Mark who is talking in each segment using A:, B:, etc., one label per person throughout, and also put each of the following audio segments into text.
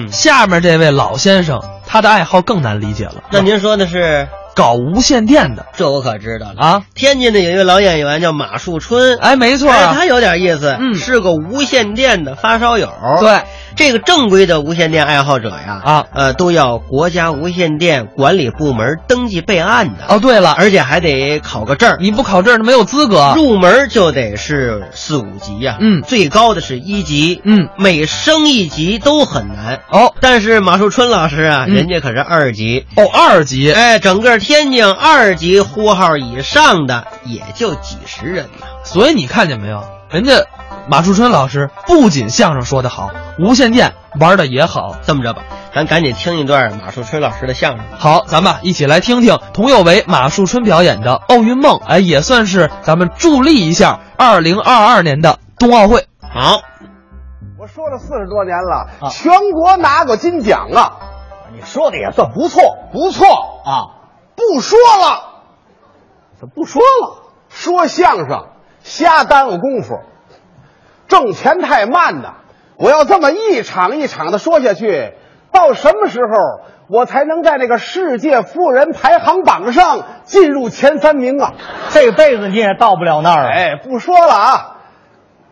A: 嗯
B: 下面这位老先生，他的爱好更难理解了。
A: 那您说的是，
B: 搞无线电的
A: 这我可知道了。
B: 啊？
A: 天津的有一个老演员叫马树春，
B: 哎，没错
A: 哎，
B: 啊，
A: 他有点意思，
B: 嗯
A: 是个无线电的发烧友。
B: 对
A: 这个正规的无线电爱好者呀，
B: 啊
A: 呃，都要国家无线电管理部门登记备案的，
B: 哦，嗯对了，
A: 而且还得考个证儿，
B: 你不考证儿就没有资格。
A: 入门就得是四五级呀、
B: 啊嗯
A: 最高的是一级，
B: 嗯，
A: 每升一级都很难。
B: 哦
A: 但是马树春老师啊，
B: 嗯
A: 人家可是二级，
B: 哦，二级
A: 哎，整个天津二级呼号以上的也就几十人呐、
B: 所以你看见没有，人家马树春老师不仅相声说得好，无线电玩的也好。
A: 这么着吧，咱赶紧听一段马树春老师的相声。
B: 好，咱们啊一起来听听佟有为、马树春表演的《奥运梦》，哎，也算是咱们助力一下2022年的冬奥会。
A: 好，
C: 我说了四十多年了，
D: 啊
C: 全国拿过金奖啊，
D: 你说的也算不错
C: 不错。
D: 啊，
C: 不说了，
D: 怎么不说了？
C: 说相声瞎耽误功夫，挣钱太慢呐。我要这么一场一场的说下去，到什么时候我才能在那个世界富人排行榜上进入前三名 啊？
D: 这辈子你也到不了那儿啊！，
C: 哎，不说了啊，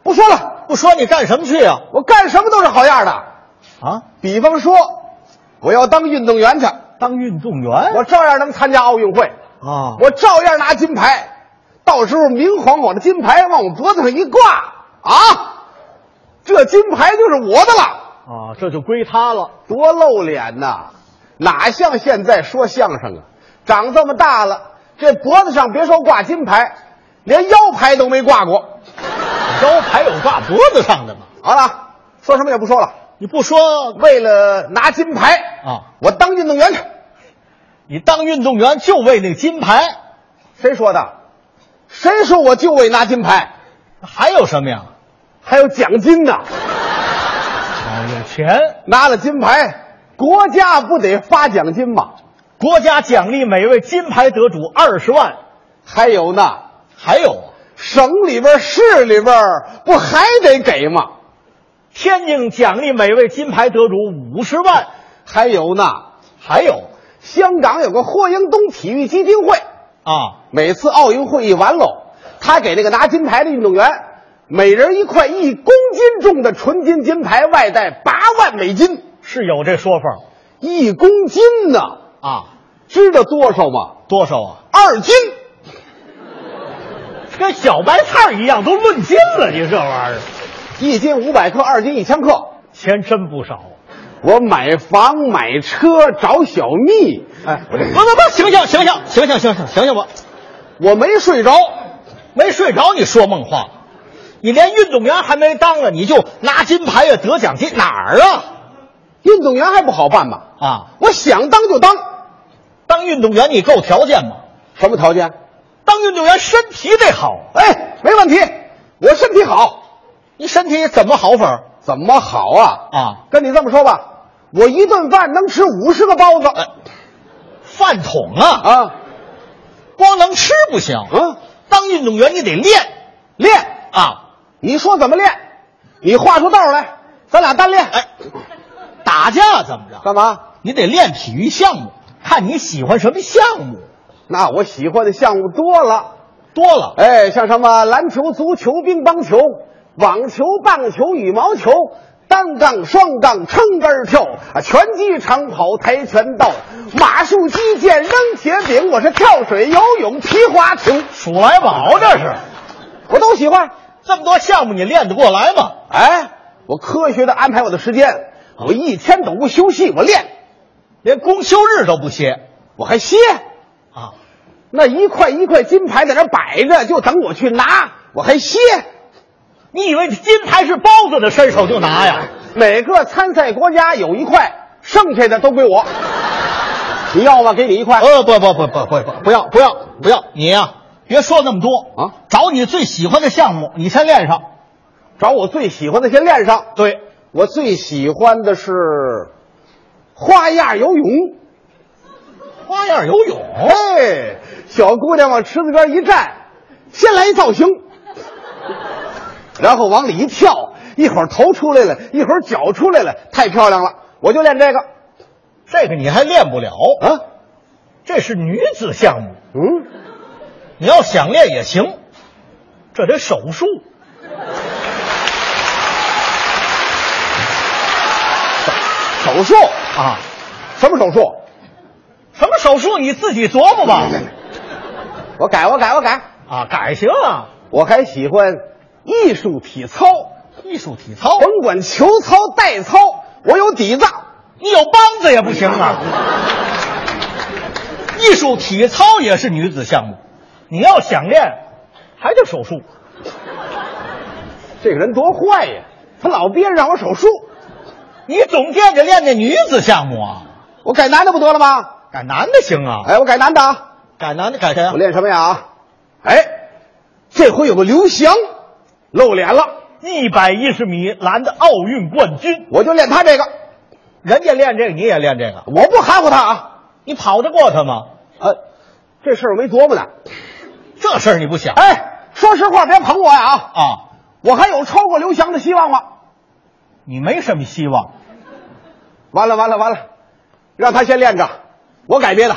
C: 不说了，
D: 不说你干什么去啊？
C: 我干什么都是好样的。
D: 啊，
C: 比方说，我要当运动员去，
D: 当运动员
C: 我照样能参加奥运会。
D: 啊，
C: 我照样拿金牌，到时候明晃晃的金牌往我脖子上一挂啊，这金牌就是我的了，
D: 啊，这就归他了。
C: 多露脸呐、哪像现在说相声啊，长这么大了，这脖子上别说挂金牌，连腰牌都没挂过。
D: 腰牌有挂脖子上的吗？
C: 好了，说什么也不说了，
D: 你不说
C: 为了拿金牌
D: 啊，
C: 我当运动员去。
D: 你当运动员就为那金牌，
C: 谁说的？谁说我就为拿金牌？
D: 还有什么呀？
C: 还有奖金呢、
D: 啊，有钱，
C: 拿了金牌，国家不得发奖金吗？
D: 国家奖励每位金牌得主二十万，
C: 还有呢，
D: 还有啊，
C: 省里边、市里边不还得给吗？
D: 天津奖励每位金牌得主五十万，
C: 还有呢，
D: 还有
C: 香港有个霍英东体育基金会，
D: 啊，
C: 每次奥运会一完喽，他给那个拿金牌的运动员每人一块一公斤重的纯金金牌，外带八万美金，
D: 是有这说法
C: 一公斤呢，
D: 啊？
C: 知道多少吗？
D: 多少啊？
C: 二斤。
D: 跟小白菜一样，都论斤了。你这玩意儿，
C: 一斤五百克，二斤一千克，
D: 钱真不少。啊
C: 我买房买车找小蜜，哎，我
D: 不
C: 这
D: 不不，醒醒醒醒醒醒醒醒醒醒吧！
C: 我没睡着，
D: 没睡着，你说梦话，你连运动员还没当呢，你就拿金牌呀，得奖金哪儿啊？
C: 运动员还不好办吧？
D: 啊，
C: 我想当就当，
D: 当运动员你够条件吗？
C: 什么条件？
D: 当运动员身体得好，
C: 哎，没问题，我身体好，
D: 你身体怎么好法儿？
C: 怎么好啊？
D: 啊，
C: 跟你这么说吧，我一顿饭能吃五十个包子，
D: 饭桶啊，
C: 啊
D: 光能吃不行，
C: 啊，
D: 当运动员你得练
C: 练，
D: 啊，
C: 你说怎么练？你画出道来，咱俩单练。
D: 哎，打架怎么着？
C: 干嘛？
D: 你得练体育项目，看你喜欢什么项目。
C: 那我喜欢的项目多了。
D: 多了，
C: 哎，像什么篮球、足球、乒乓球、网球、棒球、羽毛球、单杠、双杠、撑杆跳啊，拳击、长跑、跆拳道、马术、击剑、扔铁饼，我是跳水、游泳、皮划艇，
D: 数来宝这是，
C: 我都喜欢。
D: 这么多项目你练得过来吗？
C: 哎，我科学的安排我的时间，我一天都不休息，我练，
D: 连公休日都不歇
C: 我还歇。
D: 啊！
C: 那一块一块金牌在那摆着，就等我去拿，我还歇。
D: 你以为金牌是包子的，伸手就拿呀？
C: 每个参赛国家有一块，剩下的都归我。 你要吗？给你一块。
D: 呃，不不不不不不不要不要不要！你呀、别说那么多
C: 啊！
D: 找你最喜欢的项目，你先练上。
C: 找我最喜欢的先练上。
D: 对，
C: 我最喜欢的是花样游泳。
D: 花样游泳，
C: 哎，小姑娘往池子边一站，先来一造型，然后往里一跳，一会儿头出来了，一会儿脚出来了，太漂亮了。我就练这个
D: 这个你还练不了，
C: 啊，
D: 这是女子项目，
C: 嗯，
D: 你要想练也行，这得手术。
C: 手术啊，什么手术？
D: 什么手术你自己琢磨吧。
C: 我改，我改，我改，
D: 啊，改行啊，
C: 我还喜欢艺术体操，
D: 艺术体操，
C: 甭管球操、带操，我有底子。
D: 你有梆子也不行啊。艺术体操也是女子项目，你要想练，还得手术。
C: 这个人多坏呀，他老憋着让我手术，
D: 你总惦着练那女子项目啊，
C: 我改男的不得了吗？
D: 改男的行啊，
C: 哎，我改男的啊。
D: 改男的改谁啊
C: 我？练什么呀？啊，哎，这回有个刘翔露脸了，
D: 一百一十米栏的奥运冠军，
C: 我就练他这个，
D: 人家练这个，你也练这个，
C: 我不含糊他啊。
D: 你跑得过他吗？
C: 呃，这事儿我没琢磨呢。
D: 这事儿你不想？
C: 哎，说实话，别捧我呀啊！
D: 啊，
C: 我还有超过刘翔的希望吗？
D: 你没什么希望
C: 完了完了完了，让他先练着，我改别的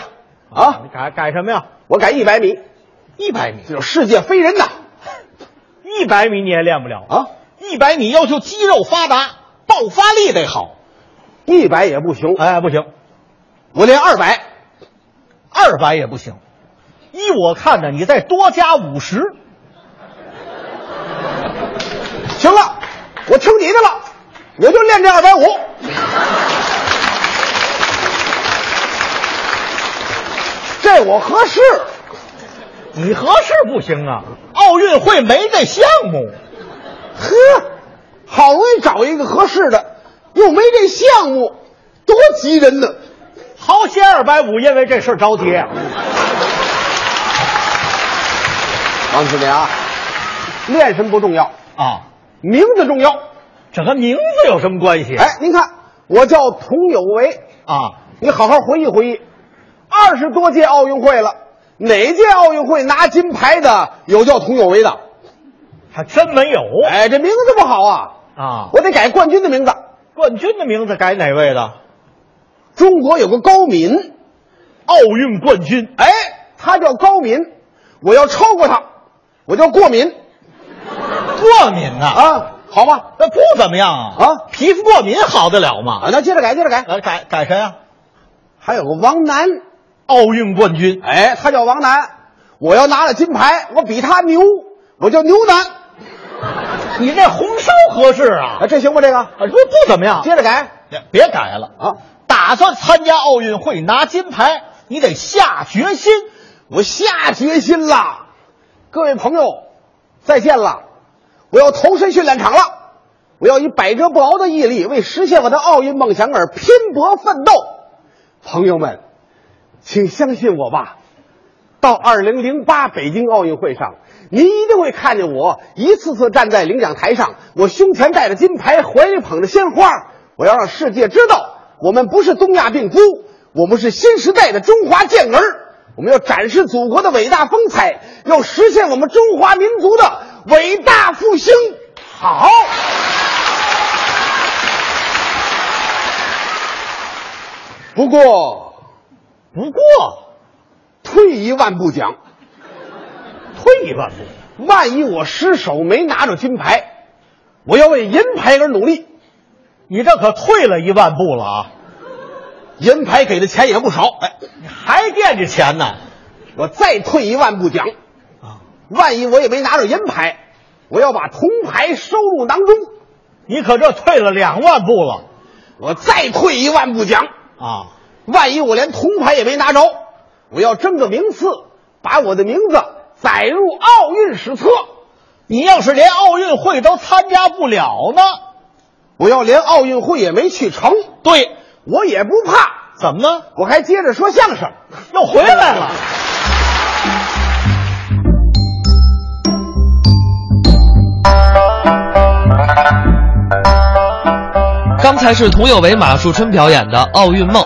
C: 啊
D: 你，改改什么呀？
C: 我改一百米，
D: 一百米，
C: 这有世界飞人呐
D: 一百米你也练不了啊！
C: 啊，
D: 一百米要求肌肉发达，爆发力得好。
C: 一百也不行，
D: 哎，不行，
C: 我练二百，
D: 二百也不行。依我看呢，你再多加五十，
C: 行了，我听你的了，我就练这二百五。这我合适，
D: 你合适不行啊！奥运会没这项目，
C: 呵，好容易找一个合适的，又没这项目，多急人呢！
D: 豪些二百五，因为这事儿着急啊。
C: 王师弟啊，练什么不重要，
D: 啊，
C: 名字重要。
D: 这跟名字有什么关系？
C: 哎，您看，我叫佟有为，
D: 啊，
C: 你好好回忆回忆，二十多届奥运会了，哪届奥运会拿金牌的有叫佟有为的？
D: 还真没有。
C: 哎，这名字不好啊，
D: 啊，
C: 我得改冠军的名字。
D: 冠军的名字改哪位的？
C: 中国有个高敏，
D: 奥运冠军。
C: 哎，他叫高敏，我要超过他，我叫过敏
D: 过敏呐、
C: 啊，好吧？
D: 那不怎么样啊
C: 啊
D: 皮肤过敏好得了吗？
C: 啊，那接着改，接着改。
D: 呃，改改谁啊？
C: 还有个王楠，
D: 奥运冠军。
C: 哎，他叫王楠，我要拿了金牌，我比他牛，我叫牛楠，
D: 你这红烧合适啊
C: 啊，？这行不？这个
D: 啊，不不怎么样。
C: 接着改
D: 别别改了
C: 啊！
D: 打算参加奥运会拿金牌，你得下决心。
C: 我下决心啦，各位朋友，再见了！我要投身训练场了，我要以百折不挠的毅力，为实现我的奥运梦想而拼搏奋斗。朋友们，请相信我吧，到二零零八北京奥运会上，您一定会看见我一次次站在领奖台上，我胸前戴着金牌，怀里捧着鲜花。我要让世界知道，我们不是东亚病夫，我们是新时代的中华健儿。我们要展示祖国的伟大风采，要实现我们中华民族的伟大复兴。好，不过
D: 不过
C: 退一万步讲，
D: 退一万步，
C: 万一我失手没拿着金牌，我要为银牌而努力。
D: 你这可退了一万步了啊！
C: 银牌给的钱也不少，哎，
D: 你还惦记钱呢？
C: 我再退一万步讲，
D: 啊，
C: 万一我也没拿着银牌，我要把铜牌收入囊中。
D: 你可这退了两万步了
C: 我再退一万步讲，
D: 啊！
C: 万一我连铜牌也没拿着，我要争个名次，把我的名字载入奥运史册。
D: 你要是连奥运会都参加不了呢？
C: 我要连奥运会也没去成，
D: 对，
C: 我也不怕，
D: 怎么呢？
C: 我还接着说相声。
D: 又回来了。
B: 刚才是佟有为、马树春表演的《奥运梦》，